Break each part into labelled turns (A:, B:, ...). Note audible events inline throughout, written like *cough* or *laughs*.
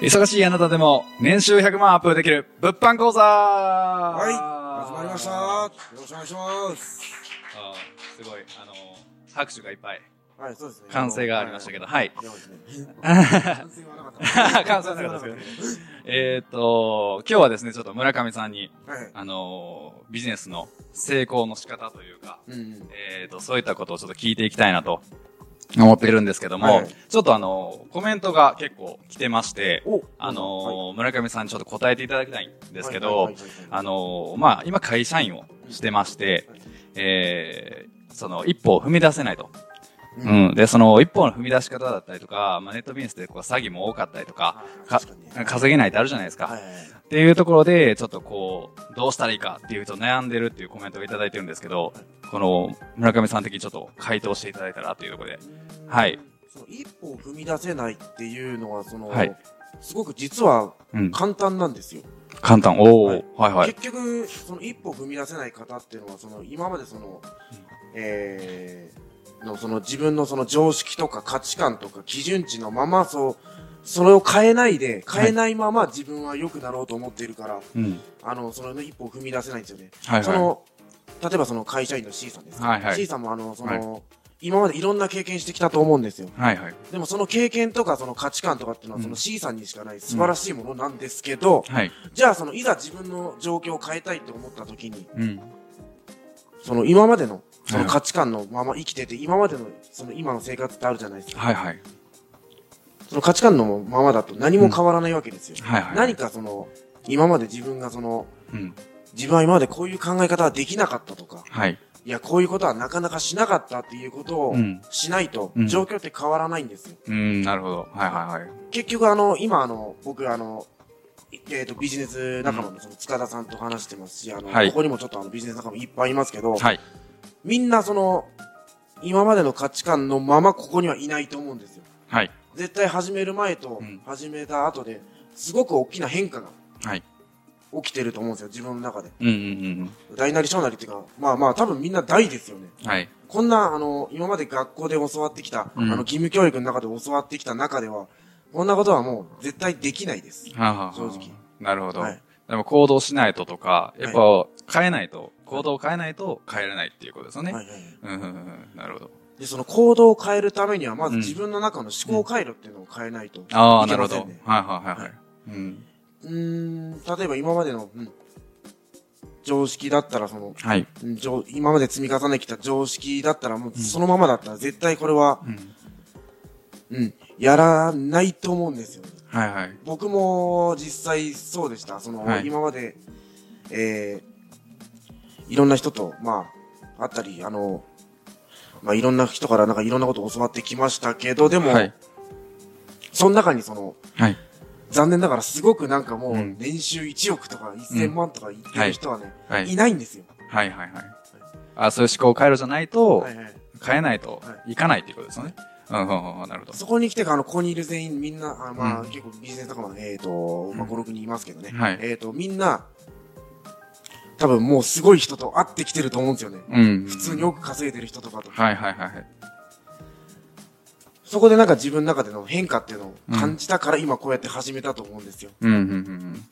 A: 忙しいあなたでも年収100万アップできる物販講座はい
B: 始まりましたよろしくお願いします
A: すごい、あのー拍手がいっぱい。
B: はい、そうですね
A: 歓声がありましたけど、はい。
B: いやですね
A: 感
B: 歓声はなかっ
A: 想なかったですけどね。えーっと、今日はですね、ちょっと村上さんに、
B: た *laughs* はい
A: あのービジネスの成功の仕方というか、
B: うん
A: えーっと、そういったことをちょっと聞いていきたいなと思ってるんですけども、
B: はい
A: ちょっとあのーコメントが結構来てまして、
B: お
A: あのー
B: は
A: 村上さんにちょっと答えていただきたいん
B: い
A: ですけ
B: はい
A: ど
B: はい、はいはい
A: あのーまあ、今会社員をしてまして、えーその一歩を踏み出せないと。
B: う
A: うん。で、その一歩の踏み出し方だったりとか、まあ、ネットビジネスでこう詐欺も多かったりとか、か
B: 確かに
A: 稼げないってあるじゃないですか。
B: はいはいはい
A: っていうところで、ちょっとこう、どうしたらいいかっていうと悩んでるっていうコメントをいただいてるんですけど、この村上さん的にちょっと回答していただいたらというところで。はい。
B: その一歩を踏み出せないっていうのはその
A: はい
B: すごく実は
A: うん。
B: 簡単なんですよ
A: 簡単。おー。はい、はい、
B: 結局その一歩踏み出せない方っていうのはその今までその、えーのその自分のその常識とか価値観とか基準値のままそうそれを変えないで変えないまま自分は良くなろうと思っているから、
A: うん。
B: あのその一歩踏み出せないんですよね。
A: はい、
B: そ
A: は
B: の例えばその会社員の C さんです、
A: はいはい
B: C さんもあのその、今までいろんな経験してきたと思うんですよ。
A: い。はい、はい。
B: でもその経験とかその価値観とかっていうのはそうの
A: ん
B: C さんにしかない素晴らしいものなんですけど、
A: はい。
B: じゃあそのいざ自分の状況を変えたいと思った時に
A: うん。
B: その今までのそ
A: は
B: の
A: い
B: 価値観のまま生きてて今までのその今の生活ってあるじゃないですか
A: はい、はい。
B: その価値観のままだと何も変わらないわけですよ、
A: はい、はい。
B: 何かその今まで自分がその
A: うん。
B: 自分は今までこういう考え方はできなかったとか
A: はい。
B: いやこういうことはなかなかしなかったっていうことを
A: うん
B: しないと
A: うん
B: 状況って変わらないんですよ、
A: うん、なるほど。はい、はい、はい。
B: 結局あの今あの僕あのいえー、とビジネス仲間のその塚田さんと話してますし、あの
A: はい
B: ここにもちょっとあのビジネス仲間いっぱいいますけど、
A: はい。
B: みんなその、今までの価値観のままここにはいないと思うんですよ。
A: はい。
B: 絶対始める前と
A: うん
B: 始めた後で、すごく大きな変化が
A: はい。
B: 起きてると思うんですよ、自分の中で。
A: うん、うん、
B: 大なり小なりっていうか、まあまあ多分みんな大ですよね。
A: うん。はい。
B: こんな、あの、今まで学校で教わってきた、
A: うん
B: あの、義務教育の中で教わってきた中では、こんなことはもう絶対できないです。
A: はあはあはあ
B: 正直。
A: なるほど。
B: はい
A: でも行動しないととか、やっぱ変えないと、行動を変えないと変えれないっていうことですよね。
B: はいはいはい。
A: うんうんうん、なるほど。
B: で、その行動を変えるためには、まず
A: うん
B: 自分の中の思考回路っていうのを変えないと。
A: ああ、
B: い
A: な
B: け
A: るほど。
B: ませ
A: はい
B: んね
A: はいはいは
B: はい
A: い。うん。
B: うーん、例えば今までの、うん、常識だったら、その、
A: はい。
B: うん常今まで積み重ねてきた常識だったら、もうそのままだったら、絶対これは、
A: うん。
B: うん、やらないと思うんですよ。
A: はいはい。
B: 僕も実際そうでした。その、
A: はい
B: 今まで、えー、いろんな人と、まあ、あったり、あの、まあ、いろんな人からなんかいろんなことを教わってきましたけど、でも、
A: はい。
B: その中にその、
A: はい。
B: 残念ながらすごくなんかもう、
A: うん
B: 年収1億とか1000万とか言ってる人はね、
A: はい。
B: いないんですよ。
A: はいはいはい。あそういう思考回路じゃないと
B: は、いはい、
A: 変えないと
B: はい
A: いかないっていうことですよね。うんうんうん、なるほど。
B: そこに来てから、あの、ここにいる全員みんな、あまあ、
A: うん
B: 結構ビジネス仲間、えっ、と、まあ、5、6人いますけどね。
A: はい
B: えっ、と、みんな、多分もうすごい人と会ってきてると思うんですよね。
A: うん。
B: 普通によく稼いでる人とかと。
A: はいはいはい。
B: そこでなんか自分の中での変化っていうのを感じたから、今こうやって始めたと思うんですよ。
A: うんうんうんうん。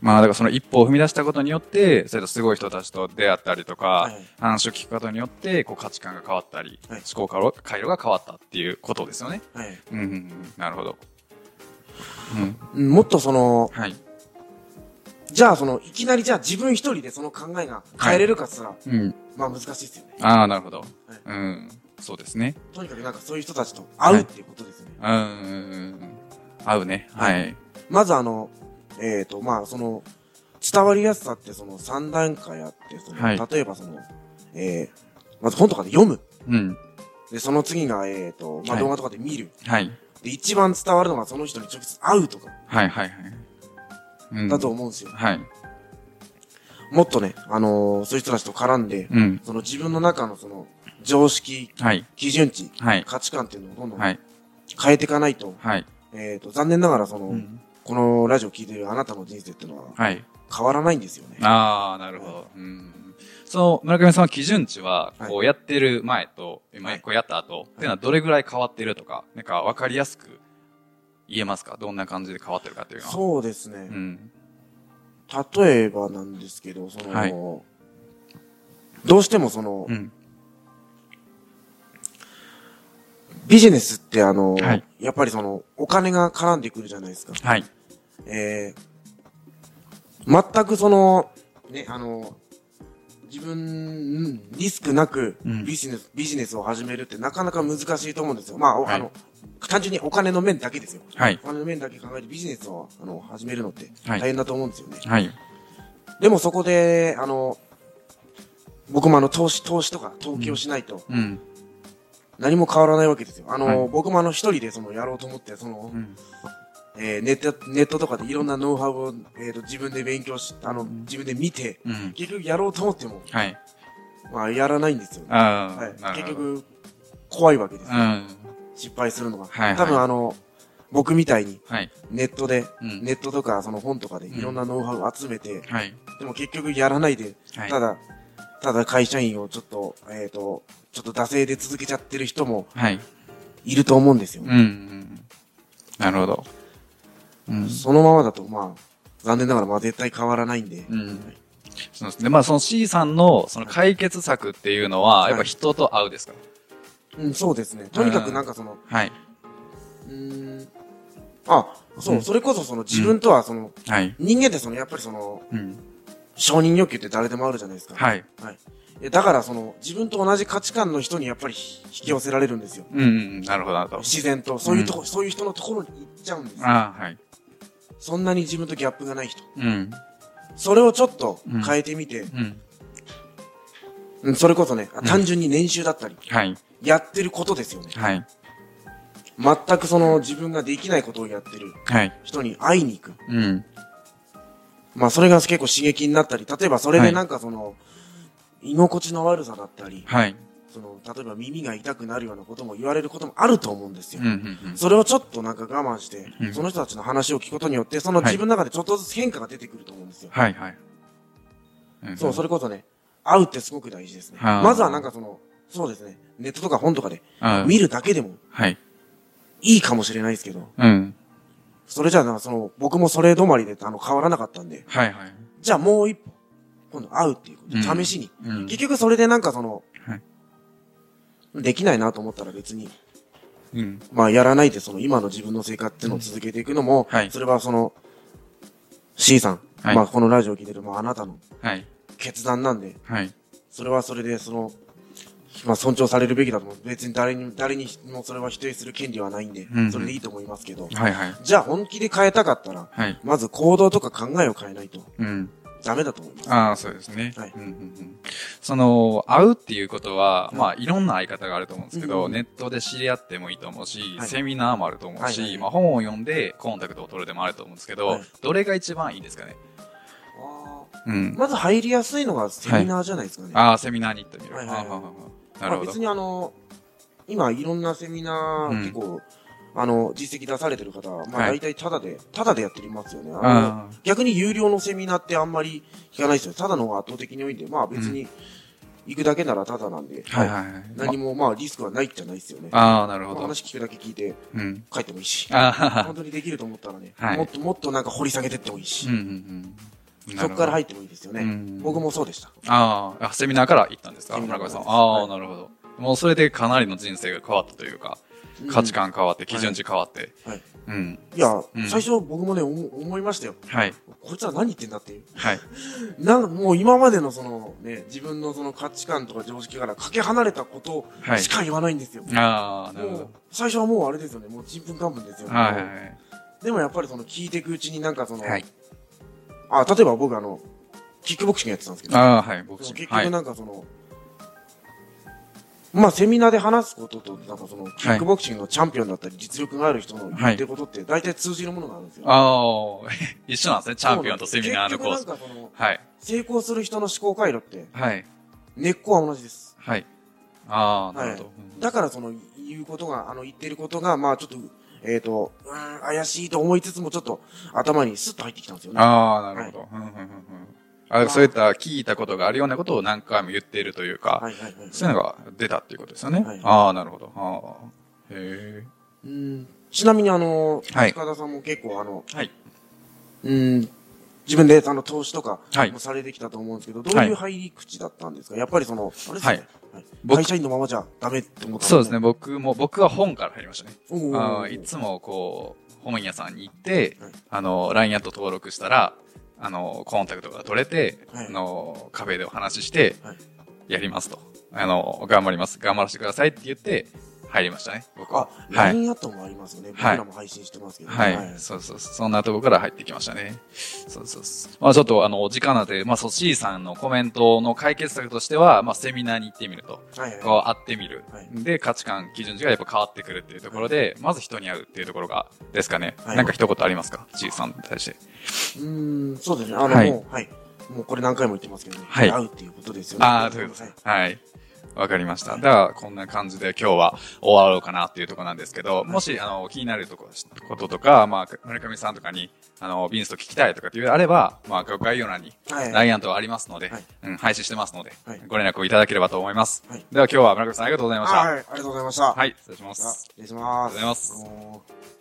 A: まあだからその一歩を踏み出したことによって、それとすごい人たちと出会ったりとか、
B: はい
A: 話を聞くことによって、こう価値観が変わったり、
B: はい
A: 思考回路回路が変わったっていうことですよね。
B: はい。
A: うんうんうん、なるほど。うん、
B: うんもっとその、
A: はい。
B: じゃあその、いきなりじゃあ自分一人でその考えが変えれるかっつったら、
A: うん。
B: まあ難しいですよね。
A: ああ、なるほど。うん。そうですね。
B: とにかくなんかそういう人たちと会うっていうことですよね。
A: うんうんうん。合うね。はい。
B: まずあの、えっ、と、まあ、その、伝わりやすさってその3段階あって、その、
A: はい
B: 例えばその、えー、まず本とかで読む。
A: うん。
B: で、その次が、えっ、と、ま
A: は
B: あ、
A: い
B: 動画とかで見る。
A: はい。
B: で、一番伝わるのがその人に直接会うとか、
A: はいはいはい。うん、
B: だと。思うんですよ。
A: はい。
B: もっとね、あのーそういう人たちと絡んで、
A: うん。
B: その自分の中のその、常識、
A: はい。
B: 基準値、
A: はい。
B: 価値観っていうのをどんどん
A: はい。
B: 変えていかないと、
A: はい。
B: えっ、と、残念ながらその、
A: うん
B: このラジオ聞いてるあなたの人生っていうのは
A: はい。
B: 変わらないんですよね。
A: ああ、なるほど。うん。その、村上さんは基準値は、
B: はい
A: こうやってる前と、
B: は
A: 今
B: い
A: こうやった後、っていうのはどれぐらい変わってるとか、なんか分かりやすく言えますかどんな感じで変わってるかっていうのは。
B: そうですね。
A: うん。
B: 例えばなんですけど、その、
A: はい
B: どうしてもその、
A: うん。
B: ビジネスってあの、
A: はい
B: やっぱりその、お金が絡んでくるじゃないですか。
A: はい。
B: えー、全くその、ね、あの、自分、うんリスクなく
A: うん
B: ビジネス、ビジネスを始めるってなかなか難しいと思うんですよ。まあ、お
A: はい
B: あの、単純にお金の面だけですよ。
A: はい
B: お。金の面だけ考えてビジネスをあの始めるのって
A: は
B: 大
A: い
B: 変だと思うんですよね。
A: はい。
B: でもそこで、あの、僕もあの、投資、投資とか、投機をしないと、
A: うん。
B: 何も変わらないわけですよ。あの、
A: はい
B: 僕もあの、一人でその、やろうと思って、その、
A: うん。
B: えーネット、ネットとかでいろんなノウハウを、えー、と自分で勉強し、あの、自分で見て、
A: うん。
B: 結局やろうと思っても、
A: はい。
B: まあ、やらないんですよね。
A: ああ、
B: はい
A: な、る
B: 結
A: ほど。
B: 局、怖いわけです
A: う
B: よ、
A: ん。
B: 失敗するのが。
A: はいはい
B: 多分あの、僕みたいに、
A: はい。
B: ネットで、
A: うん
B: ネットとか、その本とかで
A: ん
B: いろんなノウハウを集めて、
A: はい。
B: でも結局やらないで、
A: はい
B: ただ、ただ会社員をちょっと、えっ、と、ちょっと惰性で続けちゃってる人も
A: はい。
B: いると思うんですよ。
A: うんうん。なるほど。うん。
B: そのままだと、まあ、残念ながら、まあ絶対変わらないんで。
A: うん。そうですね。まあ、その C さんの、その解決策っていうのは、
B: はい
A: やっぱ人と会うですか
B: うん、そうですね。とにかくなんかその、
A: はい。
B: うーん、あ、そう、
A: うん
B: それこそその自分とはその、
A: はい。
B: 人間ってその、やっぱりその、
A: うん。
B: 承認欲求って誰でもあるじゃないですか。い。
A: はい。
B: はい。えだからその、自分と同じ価値観の人にやっぱりひ引き寄せられるんですよ。
A: うんうん。なるほど、なるほど。
B: 自然と。そういうとこ、そういう人のところに行っちゃうんですよ。
A: ああ、はい。
B: そんなに自分とギャップがない人。
A: うん。
B: それをちょっと変えてみて、
A: うん。
B: うん、それこそね、あ単純に年収だったり、
A: はい。
B: やってることですよね。
A: はい。
B: 全くその自分ができないことをやってる
A: はい。
B: 人に会いに行く。
A: うん。
B: まあそれが結構刺激になったり、例えばそれ
A: は
B: で
A: い
B: なんかその、居心地の悪さだったり、
A: はい。
B: その、例えば耳が痛くなるようなことも言われることもあると思うんです
A: う
B: よ。
A: んうん
B: それをちょっとなんか我慢して、
A: うん
B: その人たちの話を聞くことによって、その
A: はい
B: 自分の中でちょっとずつ変化が出てくると思うんですよ。
A: はいはい。うん
B: そう、それこそね、会うってすごく大事ですね。
A: あー
B: まずはなんかその、そうですね、ネットとか本とかで、
A: ああ
B: 見るだけでも
A: はい。
B: いいかもしれないですけど、
A: うん。
B: それじゃあな、その、僕もそれ止まりで、あの、変わらなかったんで、
A: はいはい。
B: じゃあもう一歩、今度会うっていうこと、
A: うん
B: 試しに。
A: うん
B: 結局それでなんかその、
A: はい
B: できないなと思ったら別に、
A: うん。
B: まあやらないでその今の自分の生活っていうのを続けていくのも、
A: うんはい
B: それはその、C さん、
A: はい
B: まあこのラジオを聞いてる、まああなたの
A: はい。
B: 決断なんで、
A: はい。
B: それはそれでその、まあ尊重されるべきだと思う。別に誰に、誰にもそれは否定する権利はないんで、
A: ん
B: それでいいと思いますけど、
A: はいはい。
B: じゃあ本気で変えたかったら、
A: はい。
B: まず行動とか考えを変えないと
A: うん。
B: ダメだと思います。
A: ああ、そうですね。
B: はい
A: うんうんうん、その、会うっていうことは、まあ、いろんな会い方があると思うんですけど、
B: うん
A: ネットで知り合ってもいいと思うし、
B: はい
A: セミナーもあると思うし、
B: はいはい
A: まあ、本を読んでコンタクトを取るでもあると思うんですけど、
B: はい
A: どれが一番いいですかね
B: あー
A: うん。
B: まず入りやすいのがセミナーじゃないですかね。
A: ああ、セミナーに行ってみる。
B: はいはいはい
A: ああああ
B: ま
A: な
B: あ
A: るほど
B: 別。にあの、今いろんなセミナ
A: うん
B: ー結構、あの、実績出されてる方は、まあ
A: はい
B: 大体タダで、タダでやってますよね。あの
A: ああ
B: 逆に有料のセミナーってあんまり聞かないですよ。タダの方が圧倒的に多いんで、まあ別に行くだけならタダなんで、
A: はいはいはい。
B: 何もまあリスクはないじゃないですよね。
A: ああ、なる
B: ま
A: ほ
B: あ
A: ど。
B: 話聞くだけ聞いて
A: うん。
B: 帰ってもいいし、
A: ああ
B: 本、当にできると思ったらね、
A: はい
B: もっともっとなんか掘り下げてってもいいし、
A: うんうんうん。なる
B: そこから
A: ほど
B: 入ってもいいですよね。
A: うん
B: 僕もそうでした。
A: ああ、あセミナーから行ったんですか
B: セミナ
A: 村
B: ーから
A: 上さん。
B: です
A: あ
B: は
A: あ、
B: い
A: なるほど。もうそれでかなりの人生が変わったというか、価値観変わって、基準値変わって。
B: はい。
A: うん。
B: いや、
A: うん
B: 最初僕もね、思思いましたよ。
A: はい。
B: こいつら何言ってんだっていう。
A: はい。
B: なんかもう今までのそのね、自分のその価値観とか常識からかけ離れたこと
A: はい
B: しか言わないんですよ。
A: ああ、なるほ
B: もう
A: ど。
B: 最初はもうあれですよね、もうちんぷんかんぷんですよ、
A: はいはいはい。
B: でもやっぱりその聞いていくうちになんかその、
A: はい。
B: あ、例えば僕あの、キックボクシングやってたんですけど、
A: ああ、はい、ボクシ
B: その
A: ング。
B: 結
A: はい
B: 局。なんかその、まあセミナーで話すことと、なんかその、キックボクシングのチャンピオンだったり実力がある人の言ってることって大体通じるものがあるんですよ。
A: ああ、 *laughs* 一緒なんですね。チャンピオンとセミナーのコー
B: 結
A: ス。
B: 局なんかその、
A: はい。
B: 成功する人の思考回路って
A: はい。
B: 根っこは同じです。
A: はい。ああ、な
B: は
A: るほ
B: い
A: ど。。
B: だからその、言うことが、あの、言ってることが、まあちょっと、えっ、と、うーん、怪しいと思いつつも、ちょっと頭にスッと入ってきたんですよね。
A: ああ、なるほど。うんうんうんうんあそういった聞いたことがあるようなことを何回も言っているというか、
B: はいはいはい。
A: そういうのが出たっていうことですよね。
B: はい
A: ああ、なるほど。ああ。へえ。
B: うん。ちなみにあの、
A: はい
B: 塚田さんも結構あの、
A: はい。
B: うん、自分であの投資とか
A: はい
B: もされてきたと思うんですけど、どういう入り口だったんですかやっぱりその、あれですね、
A: はい
B: はい
A: 僕
B: 会社員のままじゃダメって思った
A: そうですね、。僕も、僕は本から入りましたね。
B: おー
A: あーいつもこう、本屋さんに行って
B: はい、
A: あの、LINE アット登録したら、あの、コンタクトが取れて、
B: はい
A: あの、カフェでお話しして
B: はい、
A: やりますと。あの、頑張ります。頑張らせてくださいって言って、入りましたね、僕
B: あ
A: は。、はい。
B: LINE アットもありますよね。僕
A: はい
B: らも配信してますけどね。
A: はい。そうそうそう。そんなとこから入ってきましたね。そうそうそう。まあちょっとあの、お時間なので、まあそう、C さんのコメントの解決策としては、まあセミナーに行ってみると。
B: はいはい。
A: こう、会ってみる。
B: はい
A: で、価値観、基準値がやっぱ変わってくるっていうところで、まず人に会うっていうところが、ですかね。
B: はい
A: なんか一言ありますか ?C さんに対して。
B: うーん、そうですね。あの、
A: はい
B: もう、はい。もうこれ何回も言ってますけどね。
A: はい
B: 会うっていうことですよね。
A: ああ、ということですね。はい。わかりました。では、こんな感じで今日は終わろうかなっていうところなんですけど、もし、あの、気になるとここととか、まあ、村上さんとかに、あの、ビンスト聞きたいとかっていうのあれば、まあ、概要欄に、
B: はい
A: ラインアントありますので、
B: はい
A: うん、配信してますので、
B: はい
A: ご連絡をいただければと思います。
B: はい
A: では、今日は村上さんありがとうございました。
B: あはい、ありがとうございました。。
A: はいい、失礼します。
B: 失礼します。
A: ありがとうございます
B: あのー